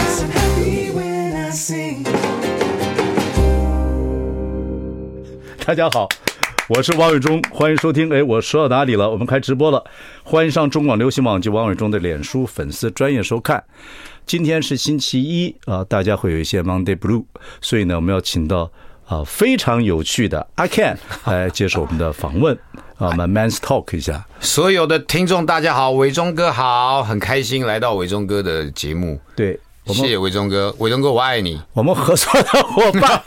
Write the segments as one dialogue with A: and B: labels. A: 大家好，我是王伟忠，欢迎收听。哎，我说到哪里了？我们开直播了，欢迎上中广流行网及王伟忠的脸书粉丝专业收看。今天是星期一啊、大家会有一些 Monday Blue，所以呢，我们要请到啊、非常有趣的阿 Ken 来接受我们的访问啊， 我们 Man's Talk 一下。
B: 所有的听众，大家好，伟忠哥好，很开心来到伟忠哥的节目，
A: 对，我
B: 谢
A: 们
B: 谢伟忠哥，伟忠哥我爱你，
A: 我们合作的伙 伴，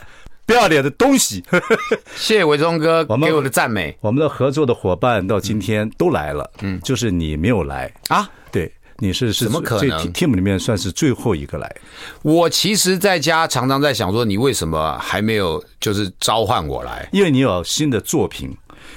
A: 不要脸的东西。
B: 谢谢伟忠哥
A: 我们
B: 给我的赞美
A: 我们的合作的伙伴到今天都来了，嗯，就是你没有来，
B: 啊！
A: 对，你是是
B: 怎么可
A: 这
B: 能
A: team 里面算是最后一个来，
B: 我其实在家常常在想说，你为什么还没有就是召唤我来
A: 因为你有新的作品，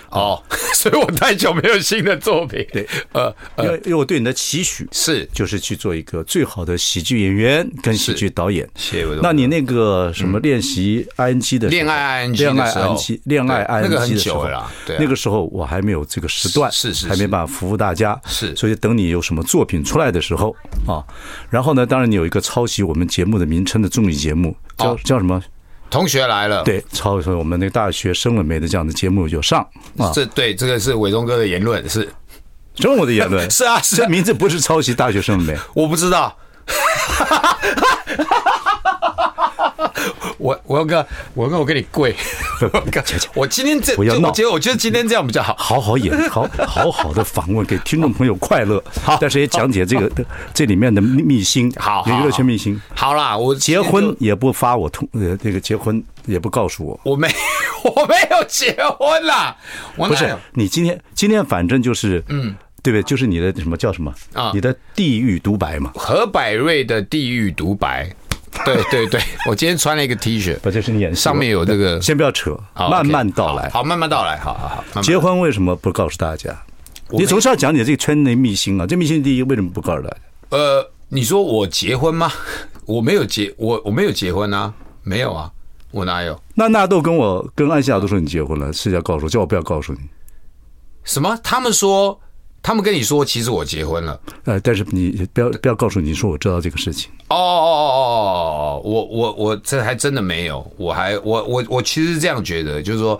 B: 哦？ 所以我太久没有新的作品，
A: 对，
B: 呃，
A: 因为因为我对你的期许
B: 是
A: 就是去做一个最好的喜剧演员跟喜剧导演。
B: 谢谢伟忠哥
A: 那。你那个什么练习 ing 的时候
B: 嗯恋爱 ING
A: 恋爱
B: 的时候
A: ing 恋爱
B: 对
A: ing
B: 那个很
A: 的时候
B: 久了啦对啊
A: 那个时候我还没有这个时段，
B: 是是是
A: 还没办法服务大家，
B: 是
A: 所以等你有什么作品出来的时候啊，然后呢，当然你有一个抄袭我们节目的名称的综艺节目，叫
B: 哦
A: 叫什么？
B: 同学来了，，
A: 对，抄袭我们那个大学生了没的这样的节目有上啊，
B: 这对这个是伟忠哥的言论，是
A: 这我的言 论
B: 是啊是
A: 这
B: 啊，
A: 名字不是抄袭大学生了没？
B: 我不知道。 我我要跟我跟我跟你跪，我跟 我今天这
A: 不要
B: 这
A: 闹
B: 我觉得我觉得今天这样比较好。
A: 好好演，好好好的访问，给听众朋友快乐。好，但是也讲解这个这里面的秘辛，
B: 好好
A: 娱乐圈秘辛。
B: 好啦，我
A: 结
B: 今
A: 婚
B: 天就
A: 也不发我通，呃，这个结婚也不告诉我。
B: 我没 我没有结婚啦，我
A: 不
B: 哪
A: 是
B: 有
A: 你今天今天反正就是，嗯，对不对？就是你的什么叫什么
B: 啊
A: 你的地狱独白嘛，
B: 何百瑞的地狱独白，对对对， 我今天穿了一个 T 恤，
A: 不，这是你演戏
B: 上面有这个
A: 先不要扯，
B: 好
A: 慢
B: OK，
A: 慢道来。
B: 好，慢慢到来，好好好，慢慢
A: 结婚为什么不告诉大家？
B: 啊没
A: 你总是要讲你这个圈内秘辛啊，这秘辛第一为什么不告诉大家？
B: 呃，你说我结婚吗？ 我没有结，我我没有结婚啊，没有啊，我哪有？
A: 那纳豆跟我跟安西亚都说你结婚了，是要告诉我，叫我不要告诉你。
B: 什么？他们说，他们跟你说，其实我结婚了。
A: 呃，但是你不要不要告诉你说我知道这个事情，
B: 哦哦哦哦哦，我我我这还真的没有，我还我我我其实是这样觉得，就是说，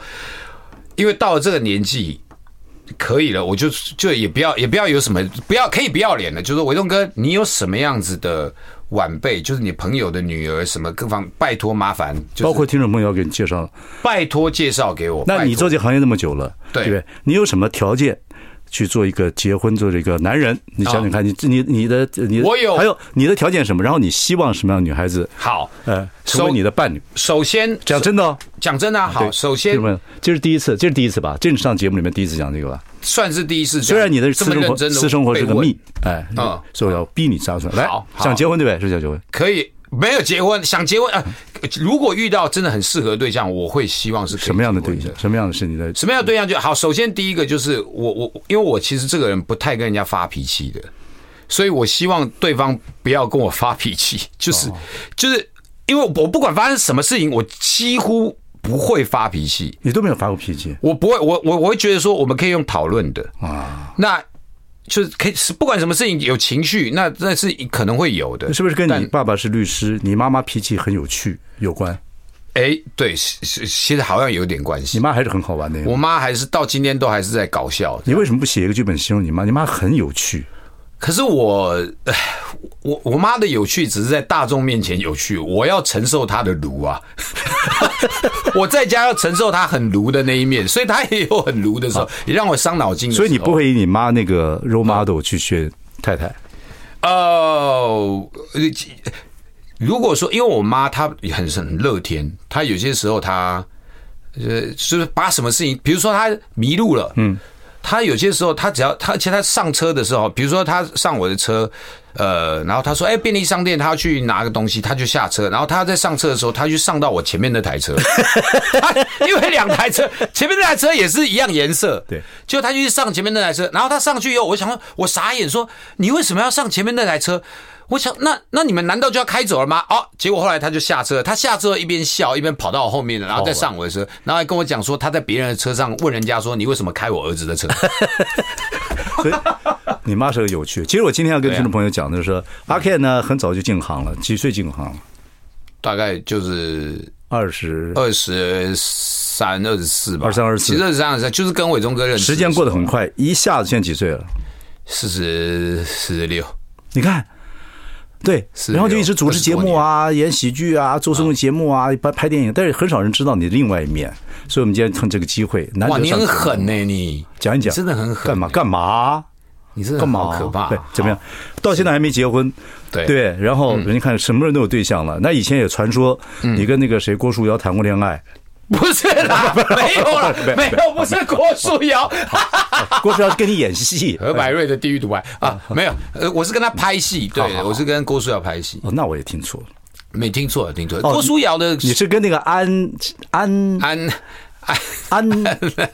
B: 因为到了这个年纪。可以了，我就就也不要也不要有什么不要可以不要脸的，就是说伟东哥，你有什么样子的晚辈，就是你朋友的女儿什么各方，拜托麻烦，就是、
A: 包括听众朋友要给你介绍。
B: 拜托介绍给我。
A: 那
B: 拜
A: 你
B: 托
A: 做这行业那么久了，
B: 对
A: 不对？你有什么条件去做一个结婚，做一个男人？你想想看，你你你的你的
B: 啊我有
A: 还有你的条件是什么？然后你希望什么样的女孩子？
B: 好，
A: 呃，成为
B: So-
A: 你的伴侣？
B: 首先
A: 讲真的哦，
B: 讲真的啊，好，
A: 对
B: 首先
A: 听众朋友这是第一次，这是第一次吧？这是你上节目里面第一次讲这个吧？
B: 算是第一次讲，
A: 虽然你的
B: 这
A: 私
B: 么
A: 生
B: 认
A: 活
B: 真的
A: 私生活是个密，哎
B: 嗯，
A: 所以我要逼你这样说。来
B: 好，好
A: 想结婚对不对？是想结婚。
B: 可以没有结婚，想结婚啊、呃如果遇到真的很适合的对象，我会希望是可以
A: 什么样的
B: 结婚
A: 对象？什么样的是你的？
B: 什么样的对象就好。首先第一个就是我我，因为我其实这个人不太跟人家发脾气的，所以我希望对方不要跟我发脾气， 就是、
A: 哦
B: 就是因为我不管发生什么事情，我几乎不会发脾气。
A: 你都没有发过脾气，
B: 我不会，我我我会觉得说，我们可以用讨论的啊，那就是可以是不管什么事情有情绪，那那是可能会有的，
A: 是不是跟你
B: 但？
A: 爸爸是律师，你妈妈脾气很有趣有关？
B: 哎，对，是是其实好像有点关
A: 你
B: 系。
A: 妈还是很好玩的。
B: 我妈还是到今天都还是在搞笑，
A: 你为什么不写一个剧本形容你妈？你妈很有趣，
B: 可是我，唉我我妈的有趣只是在大众面前有趣，我要承受她的毒啊！ 我在家要承受她很毒的那一面，所以她也有很毒的时候，也让我伤脑筋的时
A: 所
B: 候。
A: 以你不会以你妈那个
B: 嗯
A: role model 去学太太。
B: 哦，呃如果说，因为我妈她很很乐天，她有些时候她呃，就是把什么事情，比如说她迷路了，嗯，她有些时候她只要她，而且她上车的时候，比如说她上我的车，呃，然后他说，哎、便利商店，他要去拿个东西，他就下车，然后他在上车的时候，他就上到我前面那台车，因为两台车，前面那台车也是一样颜色，
A: 对，
B: 就他就去上前面那台车，然后他上去以后，我想说，我傻眼说，你为什么要上前面那台车？我想，那那你们难道就要开走了吗？哦，结果后来他就下车，他下车一边笑一边跑到我后面了，然后再上我的车，然后还跟我讲说他在别人的车上问人家说你为什么开我儿子的车？
A: 所以你妈是个有趣。其实我今天要跟听众朋友讲的是说，阿 Ken 呢很早就进行了，几岁进行？
B: 大概就是
A: 二十。
B: 二十三、二十四吧，
A: 23 24
B: 其实二十三、二十三就是跟伟忠哥认识，
A: 时间过得很快，一下子现在几岁了？
B: 四十四十六，
A: 你看，对，
B: 是
A: 然后就
B: 有
A: 一直组织节目啊，演喜剧啊，做综艺节目啊，拍拍电影，但是很少人知道你的另外一面，所以我们今天趁这个机会，难
B: 哇，
A: 得
B: 你
A: 上
B: 很
A: 节目
B: 狠呢、你
A: 讲一讲，
B: 你真的很狠，
A: 干嘛？干嘛？
B: 你真的
A: 干嘛
B: 好
A: 啊？
B: 可怕，
A: 对，怎么样？到现在还没结婚，
B: 对嗯
A: 对，然后人家看什么人都有对象了。那以前也传说你跟那个谁郭书瑶谈过恋 爱，
B: 不是啦，没有啦
A: 没，
B: 没有，不是郭书瑶，
A: 郭书瑶跟你演 戏，
B: 何百瑞的《地狱独白》 啊，没有，呃，我是跟他拍戏，对
A: 好好，好
B: 我是跟郭书瑶拍戏，
A: 哦，那我也听错了，
B: 没听错，啊听错，
A: 哦
B: 郭书瑶的
A: 你是跟那个安安
B: 安
A: 安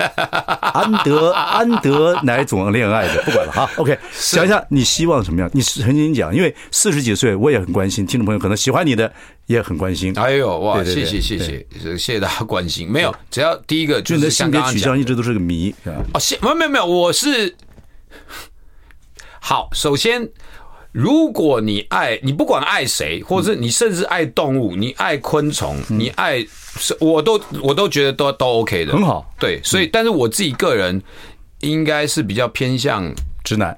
A: 安德安德哪种恋爱的，不管了 哈。OK，讲一下你希望什么样？你曾经讲，因为四十几岁，我也很关心，听众朋友可能喜欢你的也很关心，
B: 哎呦
A: 对
B: 哇！
A: 对
B: 谢
A: 对
B: 谢谢谢谢谢大家关心。没有，只要第一个
A: 就
B: 就
A: 你的
B: 是
A: 性
B: 像
A: 别
B: 刚刚
A: 取
B: 讲
A: 向一直都是个谜。啊
B: 哦，先没有没有没有，我是好。首先，如果你爱你不管爱谁，或者是你甚至爱动物，你爱昆虫，你爱是我都我都觉得都都 OK 的，
A: 很好。嗯
B: 对，所以但是我自己个人应该是比较偏向
A: 直男，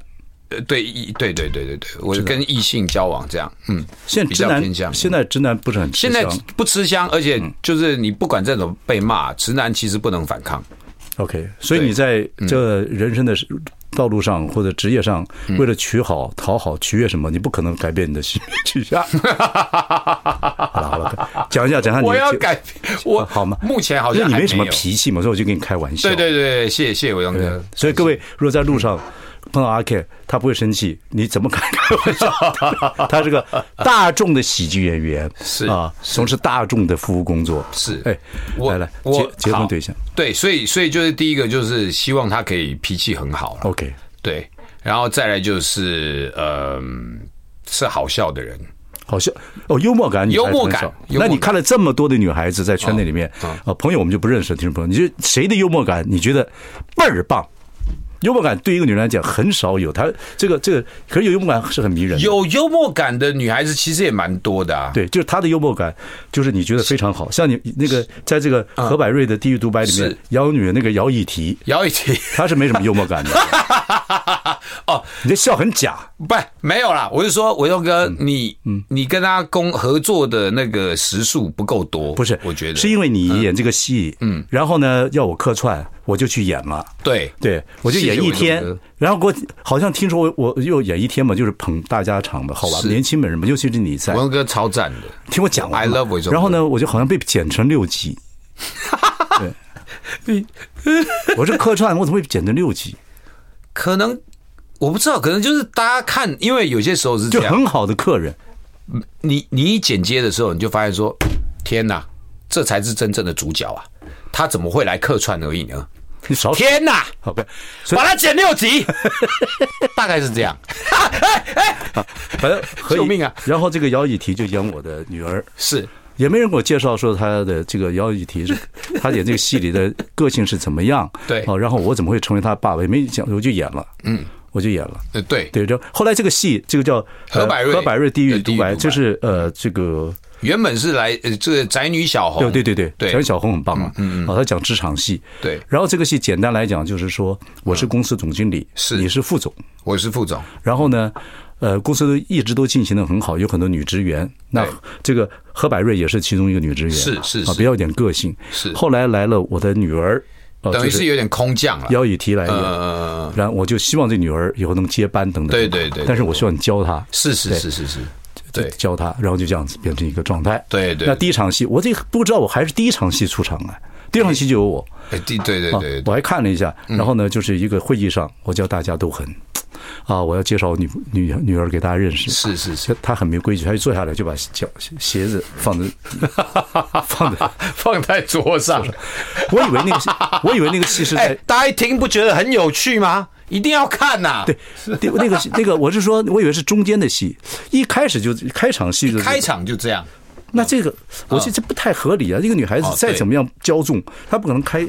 B: 呃对异对对对对对，我跟异性交往这样，嗯。
A: 现在
B: 比
A: 直
B: 较
A: 男
B: 偏向
A: 现在直男不是很吃
B: 现在
A: 香嗯
B: 不吃香，而且就是你不管再怎么被骂，直男其实不能反抗。
A: OK，所以你在这人生的道路上或者职业上，
B: 嗯
A: 为了取好、讨好、取悦什么，你不可能改变你的性别取 向。好了好了，讲一下讲一下你的，
B: 我要改，我
A: 好吗
B: 目前好
A: 因为
B: 像
A: 你
B: 还
A: 没什么
B: 有
A: 脾气嘛，所以我就跟你开玩笑。
B: 对对对，谢谢谢谢伟勇哥。
A: 所以各位如果在路上碰到阿 K，他不会生气，你怎么敢开玩 笑？他是个大众的喜剧演员，
B: 是
A: 啊，从事大众的服务工作。
B: 是
A: 哎，
B: 我
A: 来来，
B: 我
A: 结结婚
B: 好
A: 对象
B: 对，所以所以就是第一个就是希望他可以脾气很好了，
A: ，OK，
B: 对，然后再来就是嗯、是好笑的人，
A: 好像哦，幽默感你还
B: 幽默
A: 很
B: 感
A: 少那
B: 幽默感嗯
A: 你看了这么多的女孩子在圈内里面，啊、朋友我们就不认识了，听众朋友，你觉得谁的幽默感你觉得倍儿棒？幽默感对一个女人来讲很少有，她这个这个，可是有幽默感是很迷人的。
B: 有幽默感的女孩子其实也蛮多的啊。
A: 对，就是她的幽默感，就是你觉得非常好，像你那个在这个何百瑞的《地狱独白》里面
B: 啊是，
A: 姚女那个姚以缇，
B: 姚以婷，
A: 她是没什么幽默感的。
B: 哦，
A: 你的笑很假，
B: 不，没有啦，我是说，伟东哥，
A: 嗯
B: 你你跟他工合作的那个时数不够多，
A: 不是？
B: 我觉得
A: 是因为你演这个戏，嗯，然后呢要我客串，我就去演了。
B: 对
A: 对，我就
B: 谢谢
A: 演一
B: 伟忠
A: 天
B: 哥，
A: 然后给我好像听说我我又演一天嘛，就是捧大家场嘛，好吧，
B: 是
A: 年轻本人嘛，尤其是你在
B: 伟，东哥超赞的，
A: 听我讲完嘛
B: I love 伟忠哥
A: 然后呢，我就好像被剪成六 集，对，我是客串，我怎么会剪成六集？
B: 可能我不知道，可能就是大家看，因为有些时候是
A: 就
B: 这样，
A: 很好的客人，
B: 你你一剪接的时候，你就发现说，天哪，这才是真正的主角啊！他怎么会来客串而已呢？
A: 你少
B: 天哪，
A: 好吧，所以
B: 把它剪六集， 大概是这样。
A: 反正可以
B: 救命啊！
A: 然后这个姚以缇就演我的女儿，
B: 是
A: 也没人给我介绍说她的这个姚以缇是她演这个戏里的个性是怎么样，
B: 对
A: 哦，然后我怎么会成为她爸爸也没讲，我就演了，嗯，我就演了。
B: 呃，对，
A: 对，这后来这个戏，这个叫呃
B: 何百瑞
A: 何百瑞地狱
B: 呃地
A: 独
B: 狱
A: 白，
B: 独白
A: 就是呃，这个
B: 原本是来呃这个宅女小红，
A: 对对对对，
B: 对
A: 陈小红很棒啊，嗯啊，他讲职场戏，
B: 对
A: 然后这个戏简单来讲就是说，我是公司总经理，
B: 是
A: 你是副总，
B: 我是副总，
A: 然后呢，呃，公司都一直都进行的很好，有很多女职员。那
B: 对
A: 这个何百瑞也是其中一个女职员，
B: 是是
A: 啊，
B: 是
A: 比较有点个性。
B: 是
A: 后来来了我的女儿，呃
B: 等于是有点空降了。
A: 姚以缇来演，
B: 呃，
A: 然后我就希望这女儿以后能接班等等。
B: 对对对对
A: 但是我希望你教她，
B: 是是是是是，对
A: 教她，然后就这样子变成一个状态。
B: 对对
A: 那第一场戏，我这个不知道，我还是第一场戏出场啊，第二场戏就有我。
B: 哎对对对
A: 啊
B: 对，对嗯
A: 我还看了一下，然后呢，就是一个会议上，我叫大家都很啊，我要介绍我女女女儿给大家认识。
B: 是是是，
A: 他他很没规矩，他一坐下来就把脚鞋子放在 放在，
B: 放在桌上。
A: 我以为那个我以为那个戏是
B: 哎、
A: 在
B: 大家一听不觉得很有趣吗？一定要看呐、
A: 对，对那个那个我是说，我以为是中间的戏，一开始就开场戏就是
B: 开场就这样。
A: 那这个，我觉得这不太合理啊！一个女孩子
B: 哦
A: 再
B: 对
A: 怎么样骄纵，她不可能开，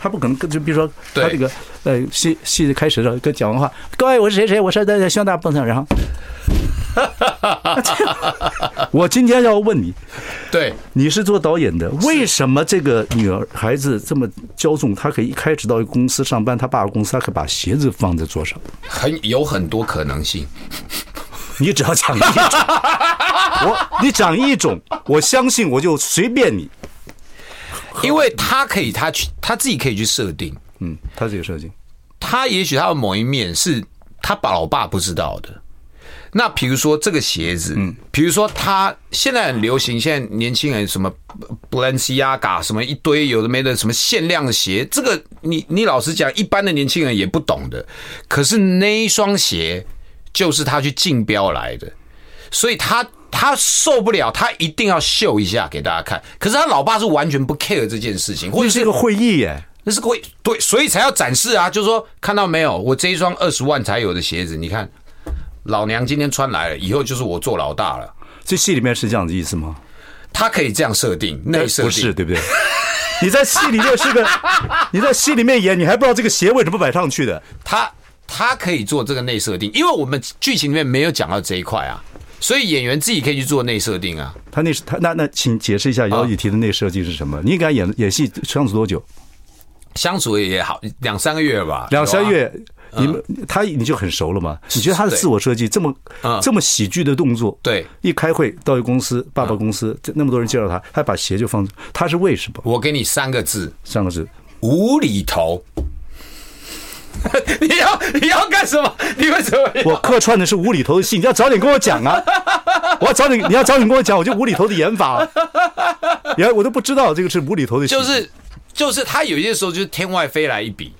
A: 她不可能跟就比如说
B: 对
A: 她这个呃戏戏的开始的时候跟讲完话，各位我是谁谁，我是在在希望大家蹦上， 然后， 我今天要问你，
B: 对，
A: 你是做导演的，为什么这个女儿孩子这么骄纵？她可以一开始到一个公司上班，她爸爸公司，她可以把鞋子放在桌上。
B: 很有很多可能性。
A: 你只要讲一种， 我你讲一种，我相信我就随便你。
B: 因为他可以，他去他自己可以去设定，
A: 嗯，他这个设计。
B: 他也许他的某一面是他爸老爸不知道的。那比如说这个鞋子，比如说他现在很流行，现在年轻人什么 Balenciaga 什么一堆有的没的什么限量的鞋，这个你你老实讲，一般的年轻人也不懂的。可是那一双鞋就是他去竞标来的，所以他他受不了，他一定要秀一下给大家看。可是他老爸是完全不 care 这件事情，或
A: 那
B: 者
A: 是
B: 是
A: 个会议耶，
B: 那是会对，所以才要展示啊，就是说看到没有，我这一双二十万才有的鞋子，你看，老娘今天穿来了，以后就是我做老大了。
A: 这戏里面是这样的意思吗？
B: 他可以这样设定，内设定
A: 哎不是，对 不对？你在戏里面是个，你在戏里面演，你还不知道这个鞋为什么摆上去的。
B: 他他可以做这个内设定，因为我们剧情里面没有讲到这一块啊，所以演员自己可以去做内设定啊。
A: 他那是他那那，请解释一下姚以提的那设计是什么？你敢演演戏相处多久？
B: 相处也好两三个月吧，
A: 两三
B: 有啊嗯
A: 月，你们他你就很熟了吗？你觉得他的
B: 对
A: 自我设计这么
B: 嗯
A: 这么喜剧的动作？
B: 对嗯
A: 一开会到一公司，爸爸公司这那么多人介绍他，他把鞋就放，他是为什么？
B: 我给你三个字，
A: 三个字，
B: 无厘头。 你要你要干什么？你为什么要？
A: 我客串的是无厘头的戏，你要早点跟我讲啊！ 我要早点，你要早点跟我讲，我就无厘头的演法、啊， 原来我都不知道这个是无厘头的戏。
B: 就是就是他有些时候就是天外飞来一笔，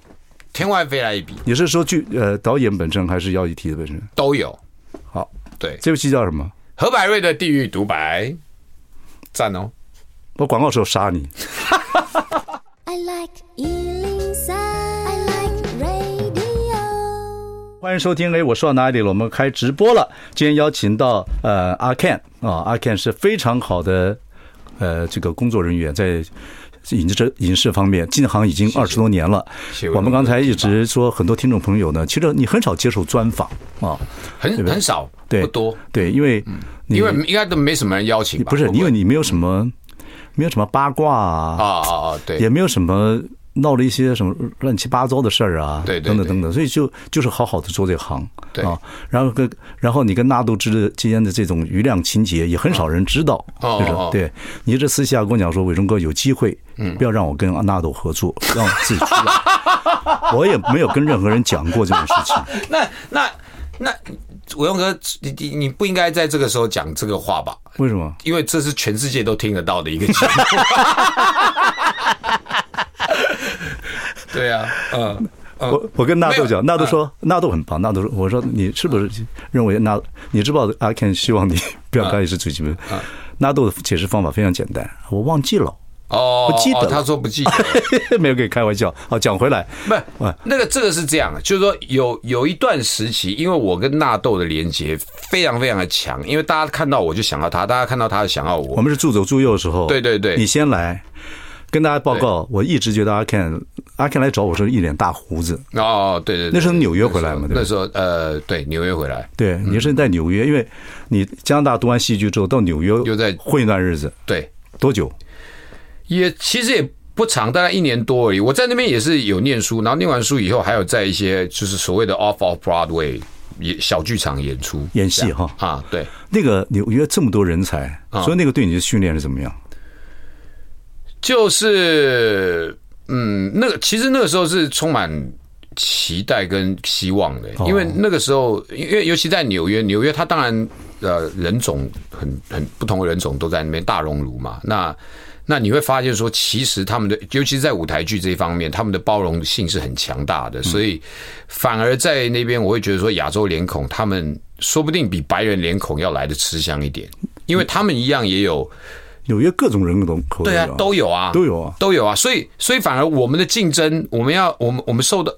B: 天外飞来一笔
A: 你是说剧呃导演本身还是要一提的本身？
B: 都有。
A: 好，
B: 对，
A: 这部戏叫什么？
B: 何百瑞的《地狱独白》，赞哦。
A: 我广告时候杀你。
C: I like Ealing Sound. I like radio.
A: 欢迎收听，哎，我说到哪里了？我们开直播了。今天邀请到呃阿 Ken 啊，阿 Ken 是非常好的呃这个工作人员，在影视影视方面进行已经二十多年了。
B: 谢谢
A: 我们刚才一直说，很多听众朋友呢，其实你很少接受专访啊，
B: 很
A: 对
B: 很少，
A: 对，
B: 不多，
A: 对，因为你
B: 因为应该都没什么人邀请吧？
A: 不是
B: 会会
A: 因为你没有什么没有什么八卦
B: 啊
A: 啊，
B: 啊啊，
A: 也
B: 对，
A: 没有什么。闹了一些什么乱七八糟的事儿啊，
B: 对对
A: 等等
B: 对
A: 等等，所以就就是好好的做这个行，
B: 对
A: 啊，然后跟然后你跟纳豆之的之间的这种余量情节也很少人知道，
B: 哦
A: 就是
B: 哦嗯哦
A: 对，你这私下跟我讲说，伟忠哥有机会，不要让我跟纳豆合作，让我自己出来， 我也没有跟任何人讲过这种事情，
B: 那那那我勇哥，你你你不应该在这个时候讲这个话吧？
A: 为什么？
B: 因为这是全世界都听得到的一个节 目。对啊，嗯嗯，
A: 我我跟纳豆讲，
B: 没有呃啊
A: 纳豆说，纳豆很棒。纳豆说，我说你是不是认为纳？你知不知道阿 Ken 希 望你不要干预是主席吗？
B: 啊
A: 纳豆的解释方法非常简单，我忘记了，
B: 哦，
A: 不记得
B: 哦他说不记得。
A: 没有跟你开玩笑。好，讲回来，
B: 不
A: 啊，
B: 那个这个是这样，就是说有有一段时期，因为我跟纳豆的连接非常非常的强，因为大家看到我就想到他，大家看到他就想到
A: 我
B: 我。
A: 们是助左助右的时候，
B: 对对对
A: 你先来跟大家报告，我一直觉得阿 Ken 阿 Ken 来找我时候一脸大胡子，
B: 哦，对对对，
A: 那时候纽约回来嘛对吧
B: 那时候呃，对，纽约回来，
A: 对你是在纽约，因为你加拿大读完戏剧之后到纽约
B: 又在
A: 混一段日子，
B: 对，
A: 多久？
B: 也其实也不长，大概一年多而已。我在那边也是有念书，然后念完书以后，还有在一些就是所谓的 off off Broadway 也小剧场演出
A: 演戏
B: 这样
A: 哈
B: 啊，对，
A: 那个纽约这么多人才，
B: 啊
A: 所以那个对你的训练是怎么样？
B: 就是嗯，那个其实那个时候是充满期待跟希望的，因为那个时候，因为尤其在纽约，纽约它当然呃人种很很不同的人种都在那边大熔炉嘛，那。那你会发现说，其实他们的，尤其是在舞台剧这一方面，他们的包容性是很强大的，所以反而在那边，我会觉得说，亚洲脸孔他们说不定比白人脸孔要来的吃香一点，因为他们一样也有。
A: 纽约各种人口口味
B: 对啊，都有啊，
A: 都有啊
B: 都有啊。所以，所以反而我们的竞争，我们要，我们我们受的，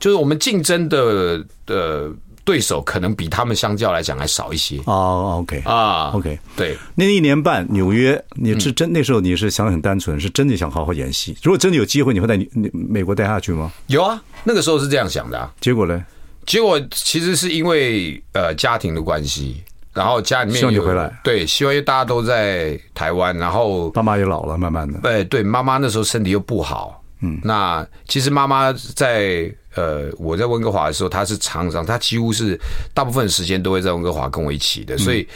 B: 就是我们竞争的的对手，可能比他们相较来讲还少一些
A: 啊，OK
B: 啊。
A: OK
B: 对，
A: 那一年半，纽约，
B: 嗯
A: 你是真、那时候你是想得很单纯，是真的想好好演戏。如果真的有机会，你会在你你美国待下去吗？
B: 有啊，那个时候是这样想的啊。
A: 结果呢？
B: 结果其实是因为呃家庭的关系，然后家里面
A: 希望你
B: 有
A: 回来
B: 对，希望因为大家都在台湾，然后
A: 爸妈也老了，慢慢的，
B: 呃，对，妈妈那时候身体又不好，嗯，那其实妈妈在呃，我在温哥华的时候，她是常常，她几乎是大部分时间都会在温哥华跟我一起的，所以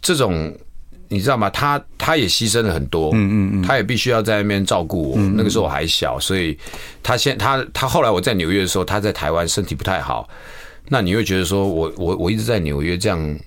B: 这种你知道吗？她她也牺牲了很多，嗯嗯嗯，嗯她也必须要在那边照顾我。那个时候我还小，所以她先她她后来我在纽约的时候，她在台湾身体不太好，那你会觉得说我我我一直在纽约这样。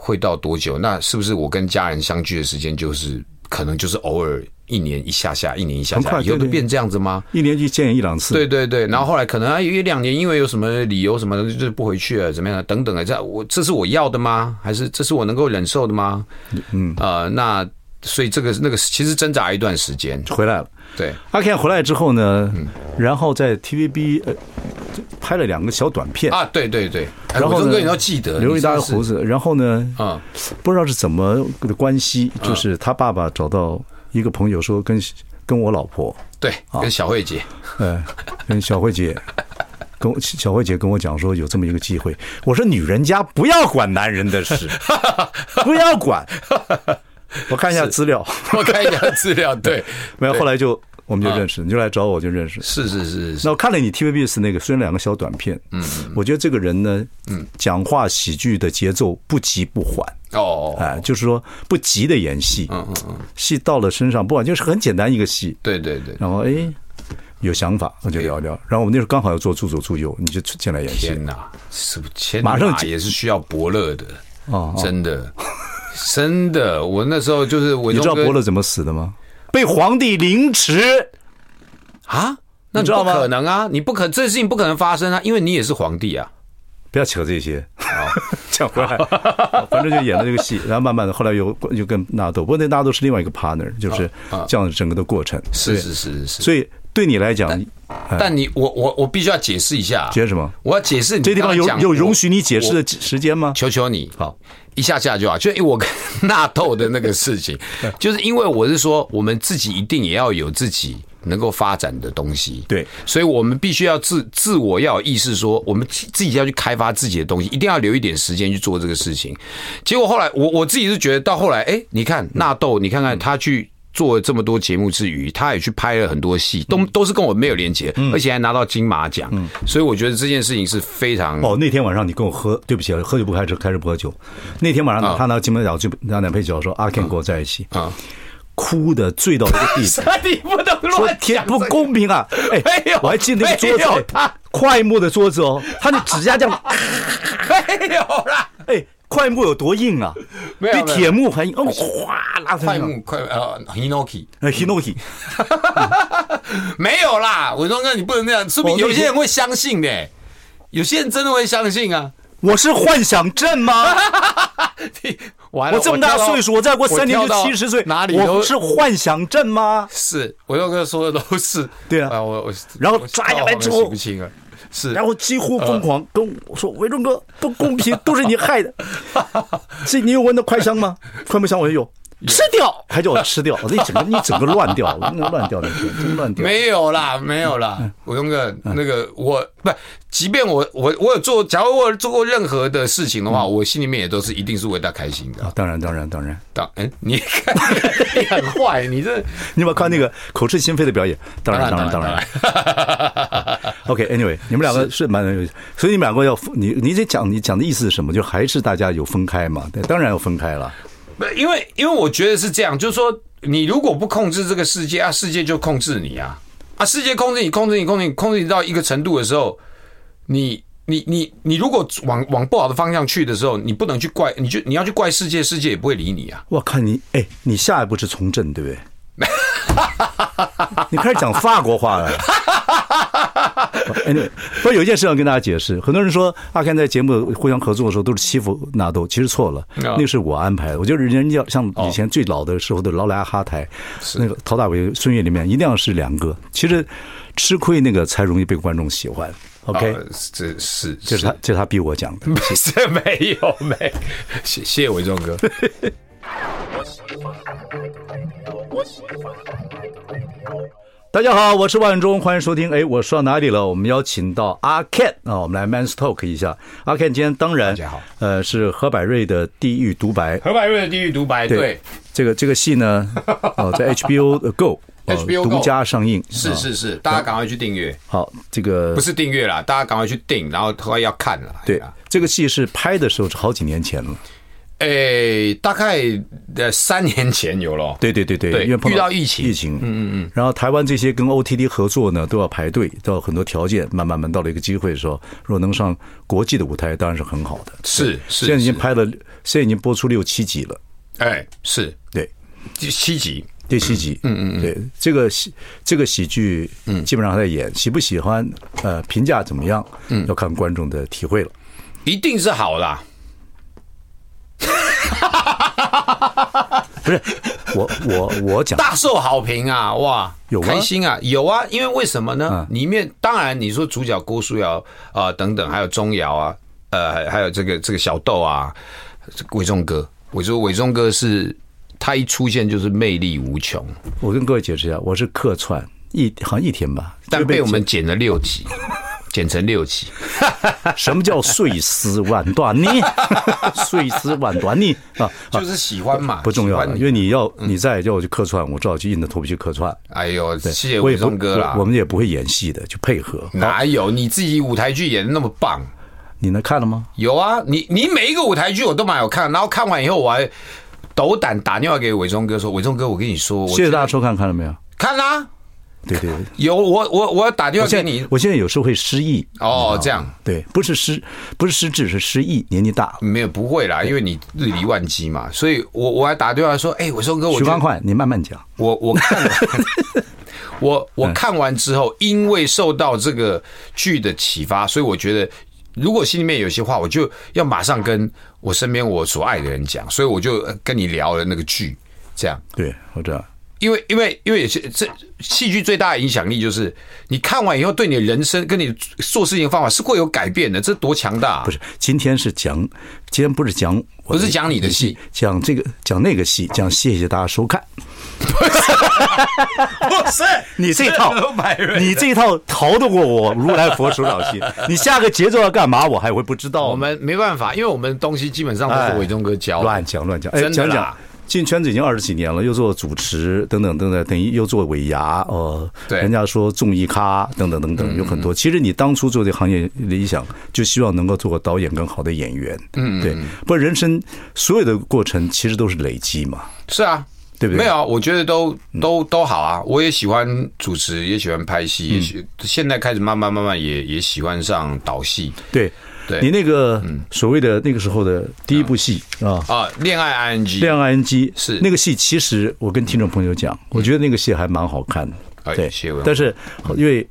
B: 会到多久？那是不是我跟家人相聚的时间就是可能就是偶尔一年一下下，一年一下
A: 很
B: 下，
A: 快
B: 以后
A: 对
B: 都
A: 对
B: 变这样子吗？
A: 一年就见一两次。
B: 对，对对，
A: 嗯
B: 然后后来可能啊有一两年，因为有什么理由什么的，就是不回去了，怎么样的等等的，这我这是我要的吗？还是这是我能够忍受的吗？嗯，呃，那所以这个那个其实挣扎一段时间，
A: 回来了。
B: 对，
A: 阿 Ken 回来之后呢，
B: 嗯
A: 然后在 TVB 呃拍了两个小短片，
B: 啊，对对对，哎
A: 嗯然后
B: 我
A: 呢
B: 这个你要记得，
A: 留一大
B: 你
A: 个
B: 是
A: 胡
B: 不是
A: 子，然后呢，
B: 啊，
A: 不知道是怎么的关系，就是他爸爸找到一个朋友说跟跟我老婆，
B: 对，
A: 啊
B: 跟小慧姐，
A: 呃，跟小慧姐。跟我小慧姐跟我讲说有这么一个机会，我说女人家不要管男人的事，不要管。我看一下资料，
B: 我看一下资
A: 嗯
B: 料，对，
A: 没有。
B: 对啊
A: 后来就我们就认识，你就来找我就认识。
B: 是是是是
A: 那我看了你 TVBS 那个，虽然两个小短片，嗯，我觉得这个人呢，嗯，讲话喜剧的节奏不急不缓，
B: 哦，哦
A: 哎，就是说不急的演戏，
B: 嗯嗯嗯，
A: 戏到了身上，不管就是很简单一个戏，
B: 对对对，
A: 然后哎有想法，我就聊聊。然后我们那时候刚好要做助左助右，你就进来演戏
B: 天哪，是不天
A: 马
B: 马
A: 上
B: 上
A: 就
B: 也是需要伯乐的，
A: 哦，哦
B: 真的，真的，我那时候就是我
A: 你知道
B: 哥
A: 伯乐怎么死的吗？被皇帝凌迟。
B: 啊，
A: 你
B: 那你
A: 知道
B: 不
A: 吗
B: 可能啊，你不可这事情不可能发生啊，因为你也是皇帝啊，
A: 不要扯这些，
B: 哦
A: 讲 回来，反正就演了这个戏，然后慢慢的，后来又又跟纳豆，不过那纳豆是另外一个 partner，就是这样整个的过程。
B: 啊是
A: 对
B: 是是是是。
A: 所以对你来讲，
B: 但你我我我必须要解释一下，
A: 哎
B: 啊
A: 解释什么？
B: 我要解释你
A: 这地方有
B: 刚刚讲
A: 有
B: 我
A: 容许你解释的时间吗？
B: 求求你，
A: 好，
B: 一下下就好。就因为我跟纳豆的那个 事情，就是因为我是说，我们自己一定也要有自己能够发展的东西。
A: 对
B: 所以我们必须要自自我要有意识说，我们自自己要去开发自己的东西，一定要留一点时间去做这个事情。结果后来，我我自己是觉得到后来，哎，你看纳豆，你看看他去。做了这么多节目之余，他也去拍了很多戏，都都是跟我没有连结，
A: 嗯
B: 而且还拿到金马奖，所以我觉得这件事情是非常
A: 哦，那天晚上你跟我喝，对不起，喝酒不开车，开车不喝酒。那天晚上他拿金马奖去拿男配角，说阿 Ken 跟我在一起，
B: 啊，
A: 哭的醉到一个地步，
B: 你不能
A: 说
B: 乱
A: 天
B: 讲
A: 不公平啊！哎，
B: 没有
A: 我还记得那个桌子
B: 没有
A: 哎
B: 他
A: 快木的桌子哦，他的指甲这样，
B: 没有啦，
A: 哎，快木有多硬啊？
B: 没有
A: 比
B: 没有
A: 铁木还硬，哦，哎哗啦，
B: 快木哎快呃 Hinoki
A: ，Hinoki，
B: 没有啦，伟忠哥你不能那样，说
A: 哦
B: 明
A: 那
B: 有些人会相信的、有些人真的会相信啊。
A: 我是幻想症 吗？
B: 完了
A: 我这么大岁数，我再过三年就七十岁，
B: 哪里
A: 我
B: 都
A: 是幻想症吗？
B: 是伟忠哥说的都是。哎
A: 对啊
B: 我我
A: 然后
B: 我
A: 抓下来之后
B: 我洗不清了，是
A: 然后几乎疯狂
B: 呃
A: 跟我说：“维忠哥，不公平，都是你害 的。这你有闻到快香吗？快木香我说有，吃掉，还叫我吃掉，我这一整个你整个乱掉，我那乱掉的，真乱掉。
B: 没有啦，没有
A: 嗯
B: 啦，我用个那个我不，即便我我我有做，假如我有做过任何的事情的
A: 嗯
B: 话，我心里面也都是一定是为他开心的
A: 啊。，当然，当然，当然，
B: 当嗯，你 你很坏，你这
A: 你有没有看那个口是心非的表演？当然，当然，当然。OK，Anyway，、你们两个是蛮有意思，所以你们两个要分你你得讲你讲的意思是什么？就还是大家有分开嘛？对，当然要分开了。
B: 不，因为因为我觉得是这样，就是说，你如果不控制这个世界啊，世界就控制你啊啊，世界控制你，控制你，控制你，控制你到一个程度的时候，你你你你如果往往不好的方向去的时候，你不能去怪，你就你要去怪世界，世界也不会理你啊。
A: 我看你，哎，你下一步是从政，对不 对？你开始讲法国话了。哎，那不是有一件事要跟大家解释。很多人说阿 Ken 在节目互相合作的时候都是欺负纳豆，其实错了，
B: 啊哦
A: 那是我安排的。我觉得人家像以前最老的时候的劳莱哈台，那个陶大伟、孙越里面一定要是两个。其实吃亏那个才容易被观众喜欢。OK，、
B: 啊这是
A: 这是他，这是他逼我讲的。
B: 不是 没有没，谢谢谢伟忠哥。
A: 大家好，我是万忠，欢迎收听。哎，我说到哪里了？我们邀请到阿 Ken 啊，我们来 Man's Talk 一下。阿 Ken 今天当然，
B: 大家好，
A: 呃，是何百瑞的《地狱独白》。
B: 何百瑞的《地狱独白》对，
A: 这个这个戏 呢，哦，在 HBO Go 呃
B: HBO Go
A: 独家上映，
B: 是
A: 啊
B: 是是，大家赶快去订阅，
A: 好，这个
B: 不是订阅啦，大家赶快去订，然后快要看了。
A: 对
B: 啊
A: 这个戏是拍的时候是好几年前了，
B: 诶，哎大概呃三年前有了。
A: 对对对对，
B: 对
A: 因为碰
B: 遇到疫情
A: 疫情，嗯嗯嗯，然后台湾这些跟 OTT 合作呢，都要排队，都有很多条件，慢慢慢到了一个机会的时候，如果能上国际的舞台，当然是很好的。
B: 是是，
A: 现在已经
B: 是
A: 拍了，现在已经播出六七集了，
B: 哎是
A: 对，
B: 第七集，
A: 第七集，嗯嗯，对，这个喜这个喜剧，嗯，基本上还在演，喜不喜欢，呃，评价怎么样，嗯，要看观众的体会了。
B: 一定是好啦。
A: 不是，我我我讲，
B: 大受好评啊！哇，
A: 有吗嗯
B: 开心啊，有啊，因为为什么呢？里面当然你说主角郭书瑶啊、呃等等，还有钟瑶啊，呃，还有这个这个小豆啊，伟忠哥，我说伟忠哥是他一出现就是魅力无穷，
A: 我跟各位解释一下，我是客串一好像一天吧，
B: 但
A: 就
B: 被我们剪了六集，剪成 六集，
A: 什么叫碎尸万段 呢？碎尸万段呢？啊，啊
B: 就是嗯喜欢嘛，
A: 不重要
B: 喜欢
A: 了，
B: 你
A: 因为你要你再叫我去客串，我只好去硬着头皮去客串。
B: 哎呦，谢谢
A: 我也
B: 伟
A: 不，
B: 忠哥啊
A: 我
B: 啦
A: 我，们也不会演戏的，去配合。
B: 哪有你自己舞台剧演的那么棒？
A: 你能看了吗？
B: 有啊，你你每一个舞台剧我都蛮有看，然后看完以后我还斗胆打电话给伟忠哥说：“伟忠哥，我跟你说，我
A: 谢谢大家收看，看了没有？
B: 看啦、
A: 对对，对
B: 有我我我要打电
A: 我
B: 话给
A: 现在嗯
B: 你
A: 我现在有时候会失忆，
B: 哦，这样
A: 对，不是失不是失智，是失忆，年纪大了。
B: 没有不会啦，因为你日理万机嘛，所以我我还打电话说：哎、伟忠哥，我
A: 徐
B: 觉
A: 光
B: 得
A: 焕，你慢慢讲。
B: 我我看完 我
A: 嗯
B: 我看完之后，因为受到这个剧的启发，所以我觉得。”如果心里面有些话，我就要马上跟我身边我所爱的人讲，所以我就呃跟你聊了那个剧，这样。
A: 对，我知道。
B: 因为因为因为有些这戏剧最大的影响力就是你看完以后对你的人生跟你做事情的方法是会有改变的，这多强大、啊！
A: 不是，今天是讲，今天不是讲我
B: 不是讲你的戏，
A: 讲这个讲那个戏，
B: 哦
A: 讲谢谢大家收 看。
B: 不是
A: 你这套
B: 是何百，瑞
A: 你这套逃得过我如来佛手掌 心。你下个节奏要干嘛，我还会不知道。
B: 我们没办法，因为我们东西基本上
A: 哎
B: 都是伟忠哥教的
A: 乱讲乱讲，哎，
B: 真的
A: 讲
B: 啦
A: 讲。进圈子已经二十几年了，又做主持等等等等，等于又做尾牙，呃，
B: 对嗯
A: 人家说综艺咖等等等等，有很多。其实你当初做这个行业理想，就希望能够做个导演跟好的演员，嗯，对。不过人生所有的过程其实都是累积嘛，
B: 是啊，
A: 对不嗯对
B: 没有啊，我觉得都都都好啊，我也喜欢主持，也喜欢拍
A: 嗯
B: 戏，也喜现在开始慢慢慢慢也也喜欢上导戏
A: 对。
B: 对嗯
A: 你那个所谓的那个时候的第一部戏啊，
B: 啊，恋爱
A: 《
B: ing
A: 恋爱 NG》
B: 是嗯
A: 那个戏，其实我跟听众朋友讲，我觉得那个戏还蛮好看的。
B: 哎
A: 对
B: 谢谢文，嗯
A: 但是因为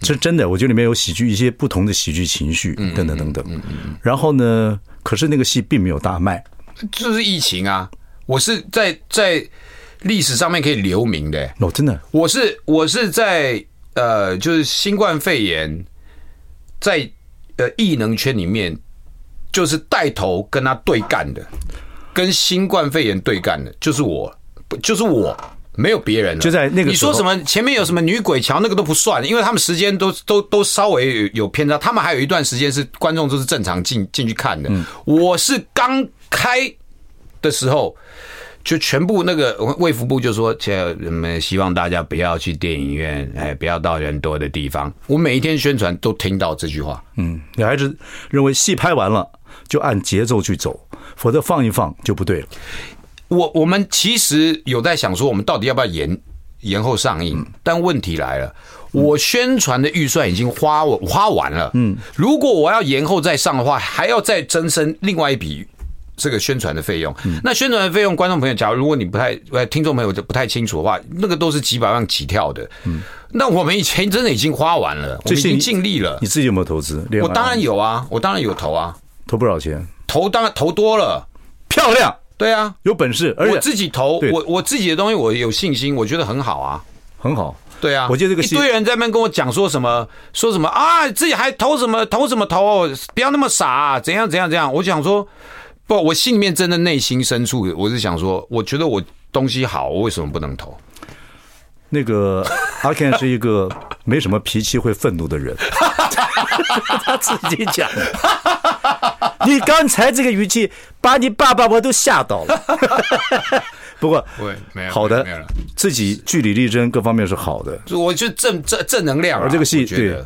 A: 这真的，我觉得里面有喜剧，一些不同的喜剧情绪
B: 嗯
A: 等等等等。然后呢，可是那个戏并没有大卖，
B: 就是疫情啊，我是在在历史上面可以留名的、
A: 哦，真的
B: 我是我是在呃，就是新冠肺炎在呃艺能圈里面，就是带头跟他对干的，跟新冠肺炎对干的，就是我，不就是我。没有别人了，
A: 就在那个
B: 你
A: 时
B: 说
A: 候
B: 什么前面有什么女鬼桥那个都不算，因为他们时间都都都稍微有有偏差，他们还有一段时间是观众都是正常进进去看的。
A: 嗯
B: 我是刚开的时候，就全部那个卫福部就说，切我们希望大家不要去电影院，哎，不要到人多的地方。我每一天宣传都听到这句话，
A: 嗯，你还是认为戏拍完了就按节奏去走，否则放一放就不对了。
B: 嗯我我嗯们其实有在想说，我们到底要不要延延后上映？但问题来了，我宣传的预算已经花我花完了，嗯，如果我要延后再上的话，还要再增生另外一笔这个宣传的费用。那宣传的费用，观众朋友，假如如果你不太呃听众朋友就不太清楚的话，那个都是几百万起跳的，嗯，那我们以前真的已经花完了，
A: 这
B: 我们已
A: 些
B: 经
A: 你
B: 尽力了
A: 你，自己有没有投资？恋爱
B: 我当然有啊，我当然有投啊，
A: 投不少钱，
B: 投当然投多了，
A: 漂亮，
B: 对啊，
A: 有本事，而
B: 我
A: 且
B: 自己投，
A: 对
B: 我我自己的东西我有信心，我觉得很好啊。
A: 很好。
B: 对啊，
A: 我记得这个
B: 一
A: 戏
B: 堆人在那边跟我讲说什么，说什么啊，自己还投什么投什么投，不要那么傻、啊怎样怎样怎样。我想说，不，我心里面真的内心深处，我是想说，我觉得我东西好，我为什么不能投？
A: 那个阿 Ken 是一个没什么脾气、会愤怒的 人，
D: 他自己讲。你刚才这个语气，把你爸爸我都吓到 了。
A: 不过
B: 对，没有
A: 好
B: 没有
A: 的
B: 了，
A: 自己据理力争，各方面是好的。
B: 我就正正正能量、啊。
A: 而这个戏
B: 我觉得
A: 对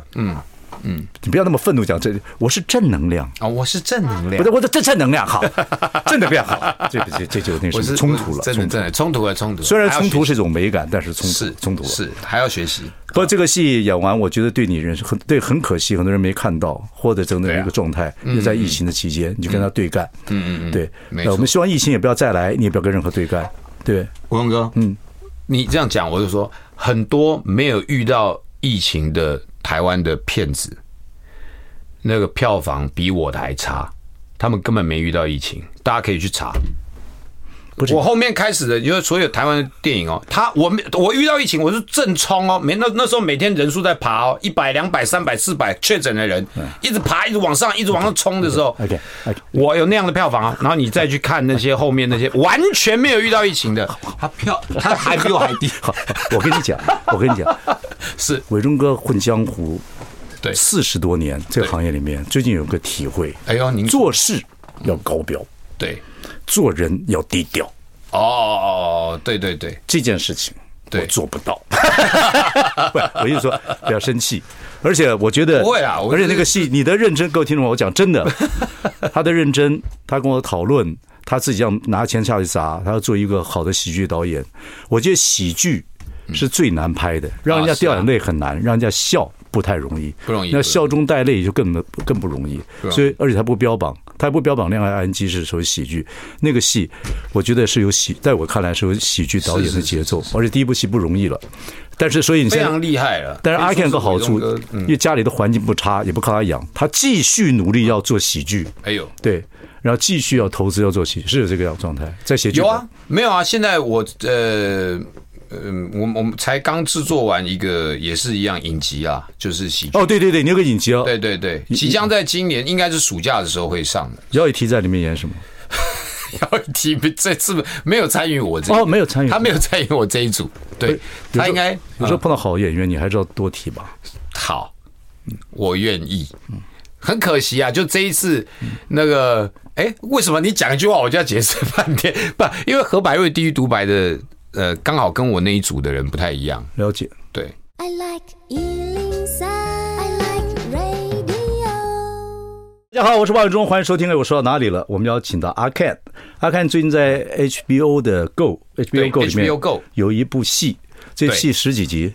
B: 嗯
A: 你不要那么愤怒讲这，我是正能量，
B: 啊，我是正能量
A: 不是，，我的正正能量 好，正能量好，这这这就有点什
B: 我
A: 么
B: 是
A: 冲突了，
B: 真的
A: 冲突
B: 真。的冲突了，冲突了。
A: 虽然冲突
B: 还要学习
A: 是一种美感，但是冲突
B: 是
A: 冲突了。
B: 是还要学习。
A: 不过这个戏演完，我觉得对你人生很对，很可惜，很多人没看到，或者整个人一个状态，就在疫情的期间，你就跟他对干。嗯嗯嗯，对。
B: 没
A: 呃我
B: 错
A: 们希望疫情也不要再来，你也不要跟任何对干。对，
B: 国荣哥，嗯，你这样讲，我就说很多没有遇到疫情的台湾的骗子，那个票房比我的还差，他们根本没遇到疫情，大家可以去查。
A: 不是
B: 我后面开始的，因为所有台湾的电影哦，他我没我遇到疫情，我是正冲哦，每那那时候每天人数在爬哦，一百、两百、三百、四百确诊的人一直爬，一直往上，一直往上冲的时候
A: OK，OK，
B: 我有那样的票房啊，然后你再去看那些后面那些完全没有遇到疫情的，他票他还比我还低，
A: 好，我跟你讲，我跟你讲，
B: 是
A: 伟忠哥混江湖
B: 对。
A: 四十多年，这个
B: 对
A: 行业里面，最近有个体会，
B: 哎呦，您
A: 做事要高标，
B: 对
A: 做人要低调。
B: 哦哦，对对对，
A: 这件事情，
B: 对
A: 我做不到。 不，我就说不要生气。而且我觉得
B: 不会啊啦我
A: 而且那个戏，你的认真，各位听众，我讲真的， 他的认真，他跟我讨论，他自己要拿钱下去砸，他要做一个好的喜剧导演。我觉得喜剧是最难拍的，让人家
B: 嗯啊是啊
A: 掉眼泪很难，让人家笑不太容易，
B: 不容易
A: 那
B: 不容易
A: 笑中带泪就更更不容易。
B: 啊
A: 所以，而且他不标榜，他不标榜《恋爱 ING》是属于喜剧，那个戏，我觉得是有喜，在我看来是有喜剧导演的节奏，而且第一部戏不容易了。但是，所以你
B: 非
A: 现
B: 常呃
A: 在，
B: 厉害了。
A: 但是阿 Ken 有个
B: 个
A: 好处，
B: 嗯
A: 因为家里的环境不差，也不靠他养，他继续努力要做喜剧，
B: 哎呦，
A: 对，然后继续要投资要做喜剧，是有这个样状态，在写剧
B: 有
A: 本
B: 啊，，没有啊？现在我呃。嗯，我们我们才刚制作完一个，也是一样影集啊，就是喜剧。
A: 哦，对对对，你有个影集哦，
B: 对对对，即将在今年应该是暑假的时候会上的。
A: 姚以缇在里面演什么？
B: 姚一提这次没有参与我这
A: 哦，没有参与，
B: 他没有参与我这一组，对
A: 有时候
B: 他应该
A: 有时候碰到好演员，你还是要多提吧。
B: 好，我愿意。很可惜啊，就这一次那个，哎，为什么你讲一句话我就要解释半天？ 不，因为何百瑞低于独白的，呃，刚好跟我那一组的人不太一样，
A: 了解，
B: 对。
C: I like Ealing Sound. I like radio.
A: 大家好，我是王永忠，欢迎收听。哎，我说到哪里了？我们邀请到阿 Ken，阿 Ken 最近在 HBO 的 Go HBO
B: 对
A: Go 里面
B: HBO Go
A: 有一部戏，这戏十几集，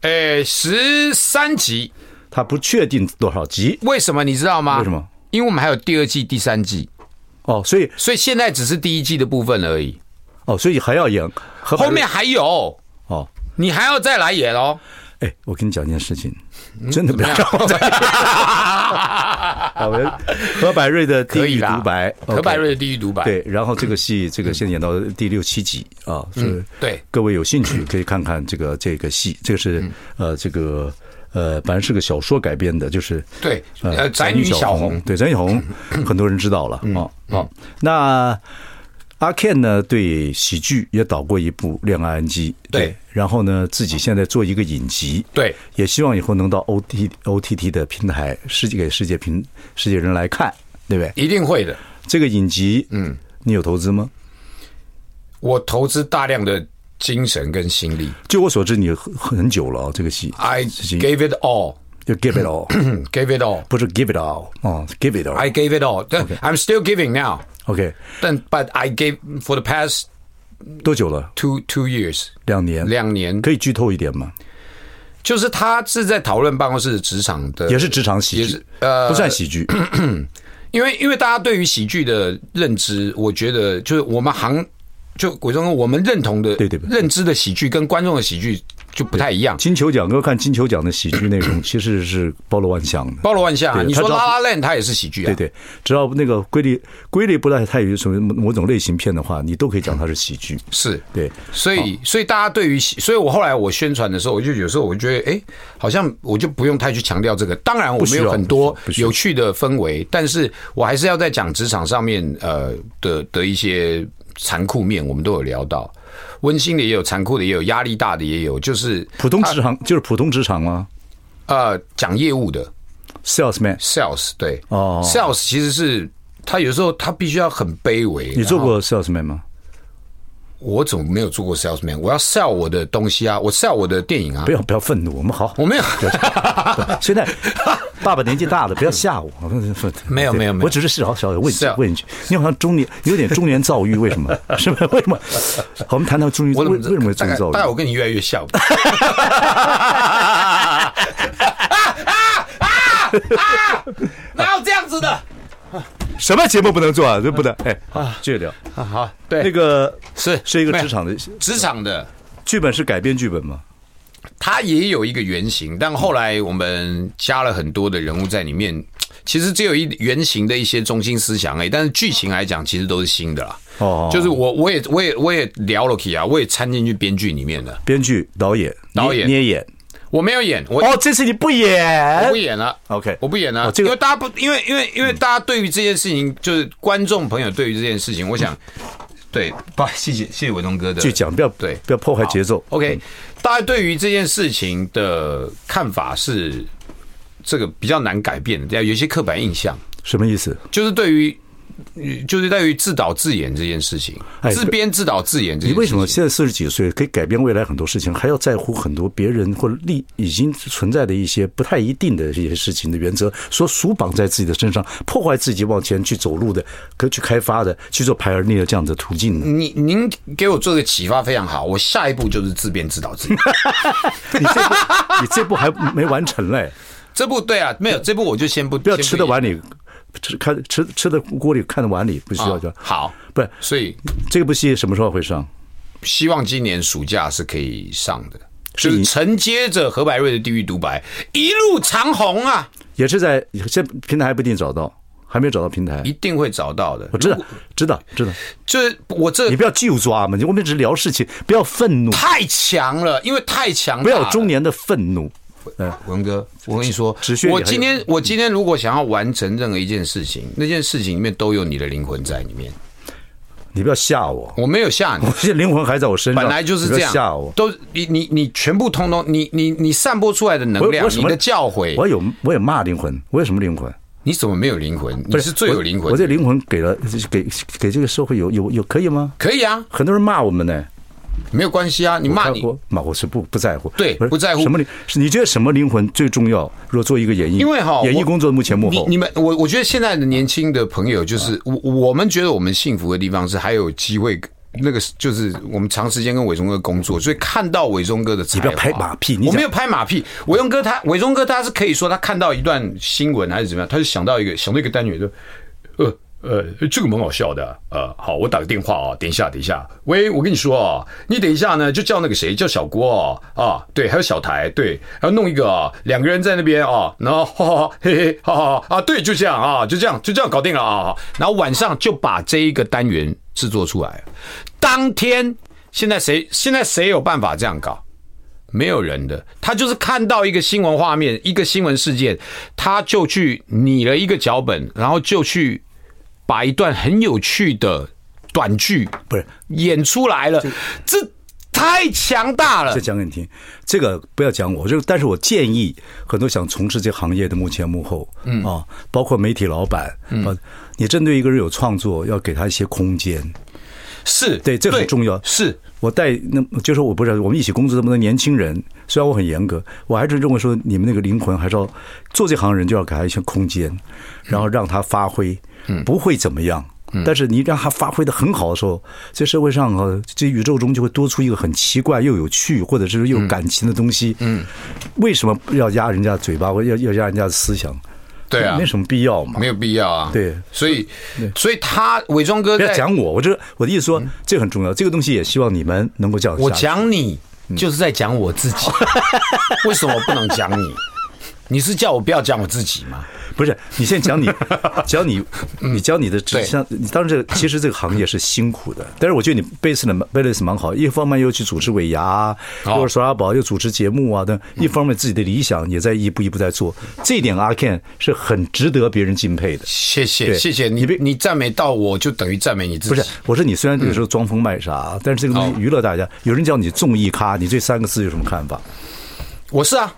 B: 哎，十三集，
A: 他不确定多少集
B: 为什么你知道吗？
A: 为什么？
B: 因为我们还有第二季、第三季，
A: 哦，所以
B: 所以现在只是第一季的部分而已，
A: 哦，所以还要演和
B: 后面还有，
A: 哦。
B: 你还要再来演哦。
A: 哎，我跟你讲一件事情，真的不要让我再
B: 嗯
A: 好我们何百瑞的地
B: 可以
A: 狱
B: 啦，
A: 独白，
B: 何百瑞的地狱独白，
A: 对，然后这个戏这个现在演到第六七集啊，是
B: 对
A: 各位有兴趣可以看看这个这个戏，这个是
B: 嗯
A: 呃这个呃反正是个小说改编的，就是
B: 对，呃，宅女小红，嗯
A: 对宅女小红 很多人知道了啊啊，那。阿 Ken 呢，对喜剧也导过一部《恋爱 NG》，
B: 对
A: 然后呢，自己现在做一个影集，
B: 对
A: 也希望以后能到 O T O T T 的平台，世界给世界平世界人来看，对不对？
B: 一定会的。
A: 这个影集，嗯，你有投资吗？
B: 我投资大量的精神跟心力
A: 就我所知，你很很久了啊、这个戏
B: ，I
A: 已经
B: gave it all，
A: 就 give it all，
B: 嗯，gave it all，I
A: 不是 give it all 哦，give it all。
B: gave it all，但 I'm still giving now，
A: OK，
B: 但 but I gave for the past
A: 多久了？
B: two two years，
A: 两年，
B: 两年
A: 可以剧透一点吗？
B: 就是他是在讨论办公室职场的，
A: 也是职场喜
B: 也
A: 剧
B: 是，呃
A: 不算喜剧，
B: 因为因为大家对于喜剧的认知，我觉得就是我们行就鬼中我们认同的
A: 对对对
B: 认知的喜剧跟观众的喜剧就不太一样，
A: 金球奖，各位看金球奖的喜剧内容其实是包罗万象的。
B: 包罗万象啊。
A: 对
B: 你
A: 他
B: 说
A: 知道
B: 拉拉链它也是喜剧啊，
A: 对对，只要那个归类归类不到太于什么某种类型片的话，你都可以讲它是喜剧。
B: 是，
A: 对，
B: 所以所以大家对于喜，所以我后来我宣传的时候，我就有时候我觉得，哎，好像我就不用太去强调这个。当然，我
A: 需
B: 们
A: 要
B: 有很多
A: 不需要
B: 有趣的氛围，但是我还是要在讲职场上面呃的的一些残酷面，我们都有聊到，温馨的也有，残酷的也有，压力大的也有，就是
A: 普通职
B: 啊
A: 场就是普通职场吗
B: 呃讲业务的
A: ？Salesman，
B: sales 对
A: 哦
B: sales 其实是他有时候他必须要很卑微，
A: 你做
B: 然后
A: 过 Salesman 吗？
B: 我怎么没有做过 salesman？我要 sell 我的东西啊，我 sell 我的电影啊
A: 不。要不要愤怒，我们好。
B: 我没有，
A: 现在爸爸年纪大了，不要吓我。
B: 没有
A: 对
B: 没有没有
A: 我只是小小的问一句
B: 是啊
A: 问一句，你好像中年有点中年躁郁，为什么？是不是？为什么？好，我们谈谈中年，
B: 我
A: 为
B: 怎么
A: 为
B: 知
A: 什么中
B: 大概
A: 年躁
B: 大概我
A: 郁？
B: 跟你越来越像。哪有这样子的？
A: 什么节目不能做啊？这哎不能哎，好，继续聊。
B: 好，对，
A: 那个
B: 是
A: 是一个
B: 没有
A: 职场的
B: 职场的，
A: 剧本是改编剧本吗？
B: 它也有一个原型，但后来我们加了很多的人物在里面，其实只有一原型的一些中心思想而已，但是剧情来讲，其实都是新的啦。
A: 哦
B: 就是我我也我也我也聊了 K 啊，我也掺进去编剧里面了，
A: 编剧、导演、
B: 导演
A: 你也演
B: 我没有演，我
D: 哦，这次你不
B: 我
D: 演
B: 不，演了。
A: 哎 OK
B: 我不演了、
A: 哦这个
B: 因为大家不，因为因为因为大家对于这件事情，就是观众朋友对于这件事情，我想，对，不，谢谢谢谢伟东哥的
A: 就嗯讲，不要
B: 对
A: 不要破坏节奏。嗯
B: OK，大家对于这件事情的看法是这个比较难改变的，有一些刻板印象，
A: 什么意思？
B: 就是对于。呃就是在于自导自演这件事情，
A: 哎
B: 自编自导自演这件事
A: 你
B: 情。
A: 为什么现在四十几岁可以改变未来很多事情，还要在乎很多别人或立已经存在的一些不太一定的一些事情的原则，所束绑在自己的身上，破坏自己往前去走路的，可去开发的，去做排而逆的这样的途径呢？
B: 你您给我做的启发非常好，我下一步就是自编自 导自演。
A: 你这步你这步还没完成嘞，
B: 这部对啊，没有这部我就先不
A: 不要
B: 先
A: 吃的
B: 演
A: 碗里吃看吃吃的锅里看的碗里，不需要
B: 啊
A: 这样。
B: 好，
A: 不是
B: 所以
A: 这部戏什么时候会上？
B: 希望今年暑假是可以上的，
A: 是
B: 就
A: 你
B: 是承接着何百瑞的《地狱独白》一路长虹啊，
A: 也是在现在平台还不一定找到，还没有找到平台
B: 一。定会找到的。
A: 我知道，知道，知道。
B: 就是我 这
A: 你不要就抓嘛，我们只是聊事情，不要愤怒，
B: 太强了，因为太强，
A: 不要有中。年的愤怒。
B: 文哥，我跟你说
A: 只需，要
B: 我
A: 你还有
B: 今天我今天如果想要完成任何一件事情，那件事情里面都有你的灵魂在里面。
A: 你不要吓 我，
B: 我没有吓你
A: 我，现在灵魂还在我身上。
B: 本来就是
A: 你不
B: 这
A: 要
B: 样，
A: 吓我。
B: 都你你你全部通通，你你你散播出来的能
A: 我
B: 量
A: 我，什
B: 你
A: 么
B: 的教诲，
A: 我有我有骂灵魂，我有什么灵魂？
B: 你怎么没有灵魂？你
A: 不
B: 是最有灵
A: 我
B: 魂
A: 我
B: 的
A: 这
B: 人。
A: 灵魂给了给给这个社会有有有可以吗？
B: 可以啊，
A: 很多人骂我们呢，
B: 没有关系啊，你
A: 我
B: 骂
A: 看
B: 你，
A: 过骂我是不不在乎，
B: 对
A: 是
B: 不在乎
A: 什么灵？是你觉得什么灵魂最重要？如果做一个演艺，
B: 因为哈，
A: 演艺
B: 我
A: 工作目前幕
B: 你
A: 后，啊
B: 你们我我觉得现在的年轻的朋友，就是我我们觉得我们幸福的地方是还有机会。那个就是我们长时间跟伟忠哥工作，所以看到伟忠哥的才
A: 你不
B: 华
A: 要拍马屁你讲
B: 我没有拍马屁。伟忠哥他，伟忠哥他是可以说他看到一段新闻还是怎么样，他就想到一个想到一个单元，就呃呃，这个蛮好笑的啊、呃。好，我打个电话啊、等一下，等一下。喂，我跟你说啊、你等一下呢，就叫那个谁，叫小郭啊、啊，对，还有小台，对，还要弄一个啊、两个人在那边啊，然后哈哈哈嘿嘿，哈哈哈啊，对，就这样啊，就这样，就这样搞定了啊。然后晚上就把这一个单元制作出来，当天现在谁现在谁有办法这样搞？没有人的，他就是看到一个新闻画面，一个新闻事件，他就去拟了一个脚本，然后就去把一段很有趣的短剧
A: 不是
B: 演出来了，这太强大了
A: 再。讲给你听，这个不要讲我，就但是我建议很多想从事这行业的幕前幕后，嗯啊，包括媒体老板，嗯，你针对一个人有创作，要给他一些空间。
B: 是
A: 对这很重要
B: 是
A: 我带那就是我不是我们一起工作这么多年轻人，虽然我很严格，我还是认为说你们那个灵魂还是要
B: 嗯
A: 做这行人就要给他一些空间，然后让他发挥，不会怎么样。但是你让他发挥的很好的时候，这社会上啊，这宇宙中就会多出一个很奇怪又有趣，或者是又有感情的东西。嗯，为什么要压人家嘴巴，或要要压人家的思想？
B: 对啊
A: 没什么必要嘛。
B: 没有必要啊。
A: 对
B: 所以所以他伪装哥
A: 不要
B: 在
A: 讲我，我这我的意思说，
B: 嗯
A: 这很重要，这个东西也希望你们能够这样下去。
B: 我讲你就是在讲我自己，
A: 嗯
B: 为什么不能讲你？你是叫我不要讲我自己吗？
A: 不是，你现在讲你讲你你讲你的指向，你当然这个其实这个行业是辛苦的，但是我觉得你 base 的 balance 蛮好，一方面又去主持尾牙啊，又是耍耍宝，又主持节目啊等，一方面自己的理想也在一步一步在做，这一点阿 Ken 是很值得别人敬佩的。
B: 谢谢
A: 对
B: 谢谢你
A: 你别，
B: 你赞美到我就等于赞美你自
A: 不是
B: 己。，
A: 我说你虽然有时候装疯卖傻，啊但是这个东
B: 哦
A: 西娱乐大家。有人叫你综艺咖，你对三个字有什么看法？
B: 我是啊，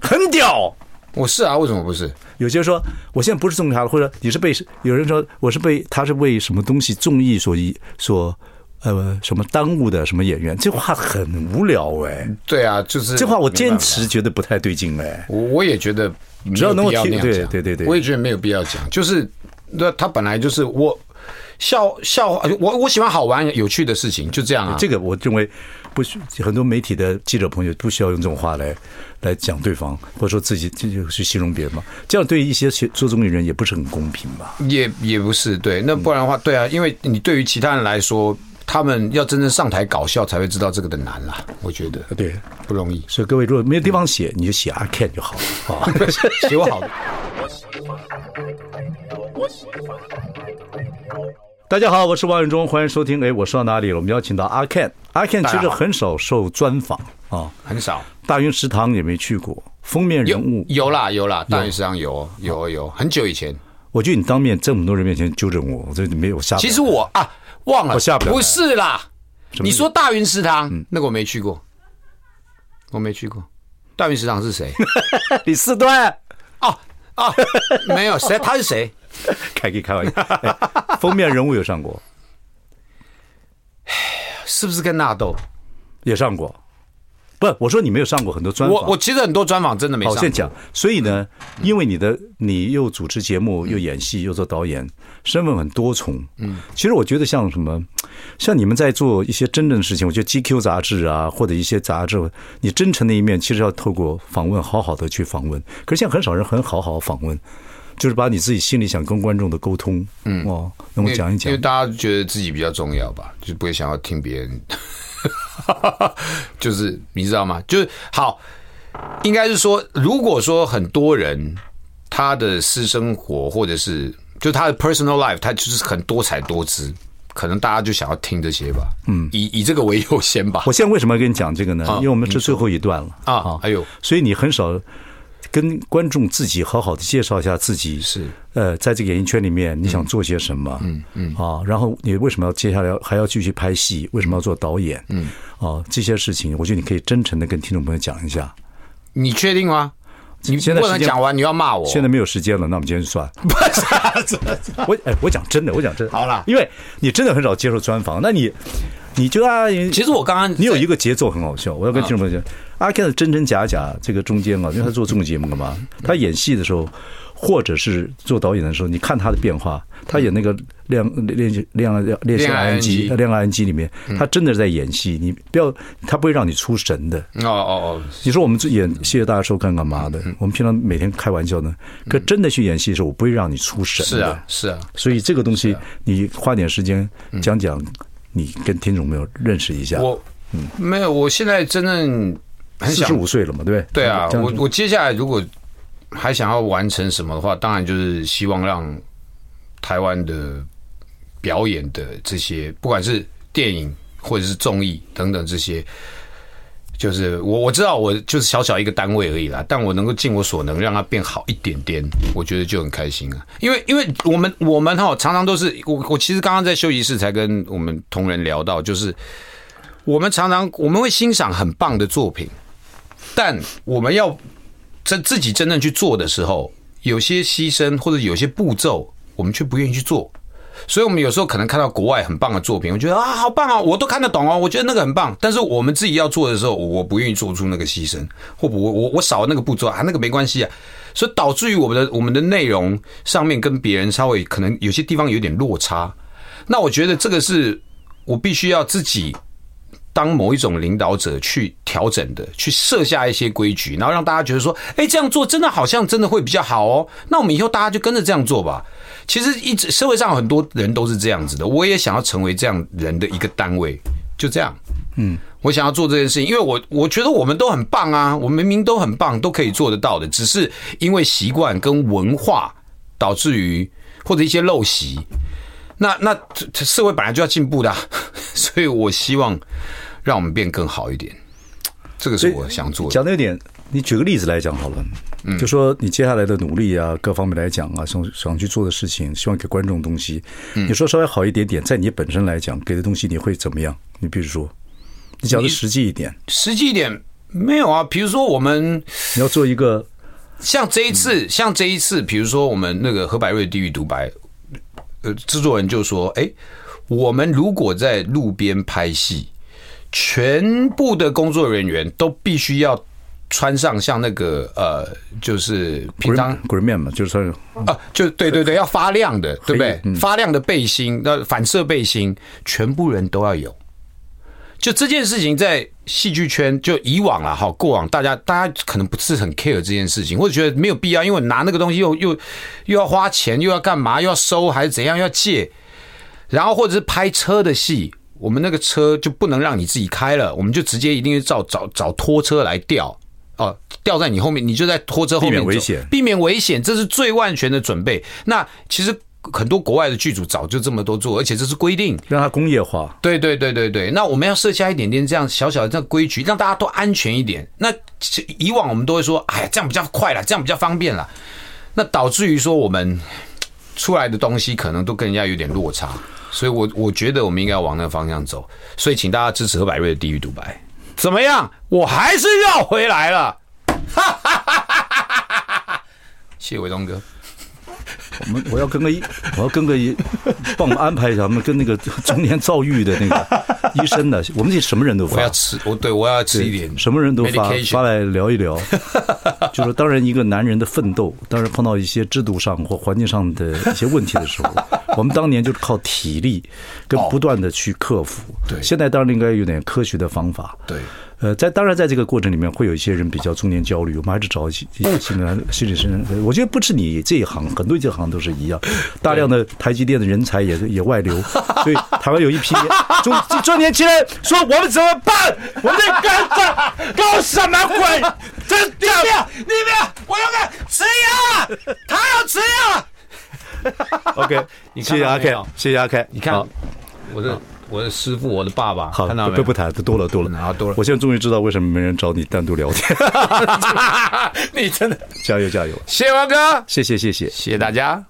A: 很屌。
B: 我是啊，为什么不是？
A: 有些人说我现在不是综艺咖了，或者你是被有人说我是被他是为什么东西综艺所以所呃什么耽误的什么演员，这话很无聊哎、
B: 对啊，就是
A: 这话我
B: 没
A: 坚
B: 办法
A: 持觉得不太对劲哎、
B: 我我也觉得没
A: 只要
B: 有
A: 能
B: 必
A: 够
B: 要那
A: 听
B: 样
A: 对
B: 讲，
A: 对对对
B: 我也觉得没有必要讲，就是那他本来就是我笑笑话，我我喜欢好玩有趣的事情，就这样啊。
A: 这个我认为不需很多媒体的记者朋友不需要用这种话来来讲对方，或者说自己这就去形容别人嘛，这样对一些学做综艺人也不是很公平吧？
B: 也也不是对，
A: 嗯
B: 那不然的话，对啊，因为你对于其他人来说，他们要真正上台搞笑才会知道这个的难啦，我觉得
A: 呃对，。
B: 不容易
A: 所以各位如果没有地方写，你就写阿 Ken 就好了啊。
B: 写我好，
A: 大家好，我是王永忠，欢迎收听。哎，我说到哪里了？我们邀请到阿 Ken，阿 Ken
B: 大
A: 其
B: 家
A: 实
B: 好
A: 很少受专访啊，
B: 很少
A: 大云食堂也没去过，封面
B: 有
A: 人物，
B: 有啦有啦，大鱼市场有有有，很久以前。
A: 我觉得你当面这么多人面前纠正我，我这没有下不了。
B: 其实我啊忘了，
A: 我下不了台
B: 是啦。
A: 什么嗯
B: 你说大云食堂，那个我没去过，我没去过。大云食堂是谁？
A: 李四端，
B: 哦哦，没有谁，他是谁？
A: 开给开玩笑、 哎封面人物有上过，
B: 是不是跟纳豆？
A: 也上过。不，我说你没有上过很多专
B: 我
A: 访。
B: 我其实很多专访真的没
A: 好，我
B: 上过。
A: 先讲。所以呢，因为你的你又主持节目，又演戏，又做导演，身份很多重。嗯，其实我觉得像什么，像你们在做一些真正的事情，我觉得 GQ 杂志啊，或者一些杂志，你真诚的一面，其实要透过访问，好好的去访问。可是现在很少人很好好访问，就是把你自己心里想跟观众的沟通，嗯，哦，能够
B: 因为
A: 讲一
B: 因
A: 讲
B: 为。大家觉得自己比较重要吧，就不会想要听别人， 就是你知道吗？就是好，应该是说，如果说很多人他的私生活或者是就他的 personal life，他就是很多彩多姿，可能大家就想要听这些吧，嗯，以以这个为优先吧
A: 我。现在为什么要跟你讲这个呢？因为我们是最后一段了
B: 啊哎呦
A: 所以你很少跟观众自己好好的介绍一下自己
B: 是
A: 呃，在这个演艺圈里面你想做些什么？嗯嗯啊，然后你为什么要接下来还要继续拍戏？为什么要做导演？嗯啊，这些事情，我觉得你可以真诚的跟听众朋友讲一下。
B: 你确定吗？你
A: 现在
B: 不
A: 时
B: 能
A: 间
B: 讲完，你要骂我。
A: 现在没有时间了，那我们今天就 算。我哎，我讲真的，我讲真的。
B: 好啦
A: 因为你真的很少接受专访，那你你就啊，你
B: 其实我刚刚
A: 你有一
B: 个
A: 个节奏很好笑，我要跟听众朋友讲，
B: 啊
A: 阿 Ken 的真真假假这个中间啊，因为他做综艺节目的嘛，
B: 嗯
A: 他演戏的时候，或者是做导演的时候，你看他的变化，他演那个恋恋恋恋恋
B: 恋爱
A: 爱 NG
B: NG
A: 恋爱 NG 里面，
B: 嗯
A: 他真的在演戏，你不要他不会让你出神的。
B: 哦哦哦，
A: 你说我们演谢谢大家收看干嘛
B: 嗯
A: 的？我们平常每天开玩笑呢，可真的去演戏的时候，我不会让你出神的。
B: 是啊是啊，嗯
A: 所以这个东西你花点时间讲讲，你跟听众朋友认识一下。
B: 我没有，我现在真正很
A: 四
B: 想
A: 十五岁了嘛，对不对？
B: 对啊，
A: 这样
B: 我我接下来如果还想要完成什么的话，当然就是希望让台湾的表演的这些，不管是电影或者是综艺等等这些，就是我我知道我就是小小一个单位而已啦，但我能够尽我所能让它变好一点点，我觉得就很开心啊。因为因为我们我们哈常常都是我我其实刚刚在休息室才跟我们同仁聊到，就是我们常常我们会欣赏很棒的作品，但我们要真自己真正去做的时候，有些牺牲或者有些步骤，我们却不愿意去做。所以我们有时候可能看到国外很棒的作品，我觉得啊，好棒哦，我都看得懂哦，我觉得那个很棒。但是我们自己要做的时候，我不愿意做出那个牺牲，或不我我我少了那个步骤啊，那个没关系啊。所以导致于我们的我们的内容上面跟别人稍微可能有些地方有点落差。那我觉得这个是我必须要自己当某一种领导者去调整的，去设下一些规矩，然后让大家觉得说，哎，这样做真的好像真的会比较好哦。那我们以后大家就跟着这样做吧。其实一直社会上很多人都是这样子的，我也想要成为这样人的一个单位，就这样。嗯，我想要做这件事情，因为我我觉得我们都很棒啊，我们明明都很棒，都可以做得到的，只是因为习惯跟文化导致于或者一些陋习，那那这这社会本来就要进步的、啊， 所以我希望让我们变更好一点，这个是我想做的。
A: 讲那点，你举个例子来讲好了，
B: 嗯
A: 就说你接下来的努力啊，各方面来讲啊，想想去做的事情，希望给观众东西，
B: 嗯
A: 你说稍微好一点点，在你本身来讲给的东西，你会怎么样？你比如说，你讲的实际一点，
B: 实际一点没有啊，比如说我们
A: 你要做一个
B: 像这一次，像这一次，比如说我们那个何百瑞《地狱独白》，呃，制作人就说：“哎，我们如果在路边拍戏，全部的工作人员都必须要穿上像那个呃，就是平
A: green
B: 常
A: green man 嘛，就是说
B: 啊，就对对对，要发亮的，对不对？发亮的背心，那反射背心，全部人都要有。就这件事情，在戏剧圈，就以往啊，哈，过往大家大家可能不是很 care 这件事情，或者觉得没有必要，因为拿那个东西又又又要花钱，又要干嘛，又要收还是怎样，又要借，然后或者是拍车的戏，我们那个车就不能让你自己开了，我们就直接一定是找找找拖车来吊哦，吊在你后面，你就在拖车后面
A: 避免危
B: 走
A: 险
B: 避免危险，这是最万全的准备。那其实很多国外的剧组早就这么多做，而且这是规定。
A: 让它工业化，
B: 对对对对对，那我们要设下一点点这样小小的这样规矩，让大家都安全一点。那其以往我们都会说，哎，这样比较快了，这样比较方便了。那导致于说我们出来的东西可能都跟人家有点落差，所以我我觉得我们应该要往那个方向走。所以请大家支持何百瑞的《地狱独白》，怎么样？我还是绕回来了，哈哈哈哈哈哈！谢谢伟东哥。
A: 我们我要跟个医，我要跟个医，帮我们安排一下，我们跟那个中年躁郁的那个医生的，我们这什么人都
B: 我
A: 发
B: 要，吃，我对我要吃一点
A: 什么人都发
B: medication
A: 发来聊一 聊，就说当然一个男人的奋斗，当然碰到一些制度上或环境上的一些问题的 时候，我们当年就是靠体力跟不断的去克服，
B: 哦对
A: 现在当然应该有点科学的方法，
B: 对
A: 呃，在当然，在这个过程里面，会有一些人比较中年焦虑，我们还是找心心理来心理师。呃我觉得不止你这一行，很多这行都是一样，大量的台积电的人才也也外流，所以台湾有一批中中年轻人说我们怎么办？我们在干干搞什么鬼？真的，
B: 你不要，我要看吃药，他要吃药。
A: OK，
B: 你
A: 谢
B: 看
A: 谢
B: 到
A: 阿
B: 没有
A: K，谢谢阿 K，
B: 你看，我的我的师傅，我的爸爸，
A: 好，
B: 看到
A: 不
B: 没有？
A: 不不谈，多了多了，
B: 啊多了
A: 我现在终于知道为什么没人找你单独聊天，
B: 你真的，
A: 加油加油，
B: 谢谢王哥，
A: 谢谢谢谢。
B: 谢谢大家。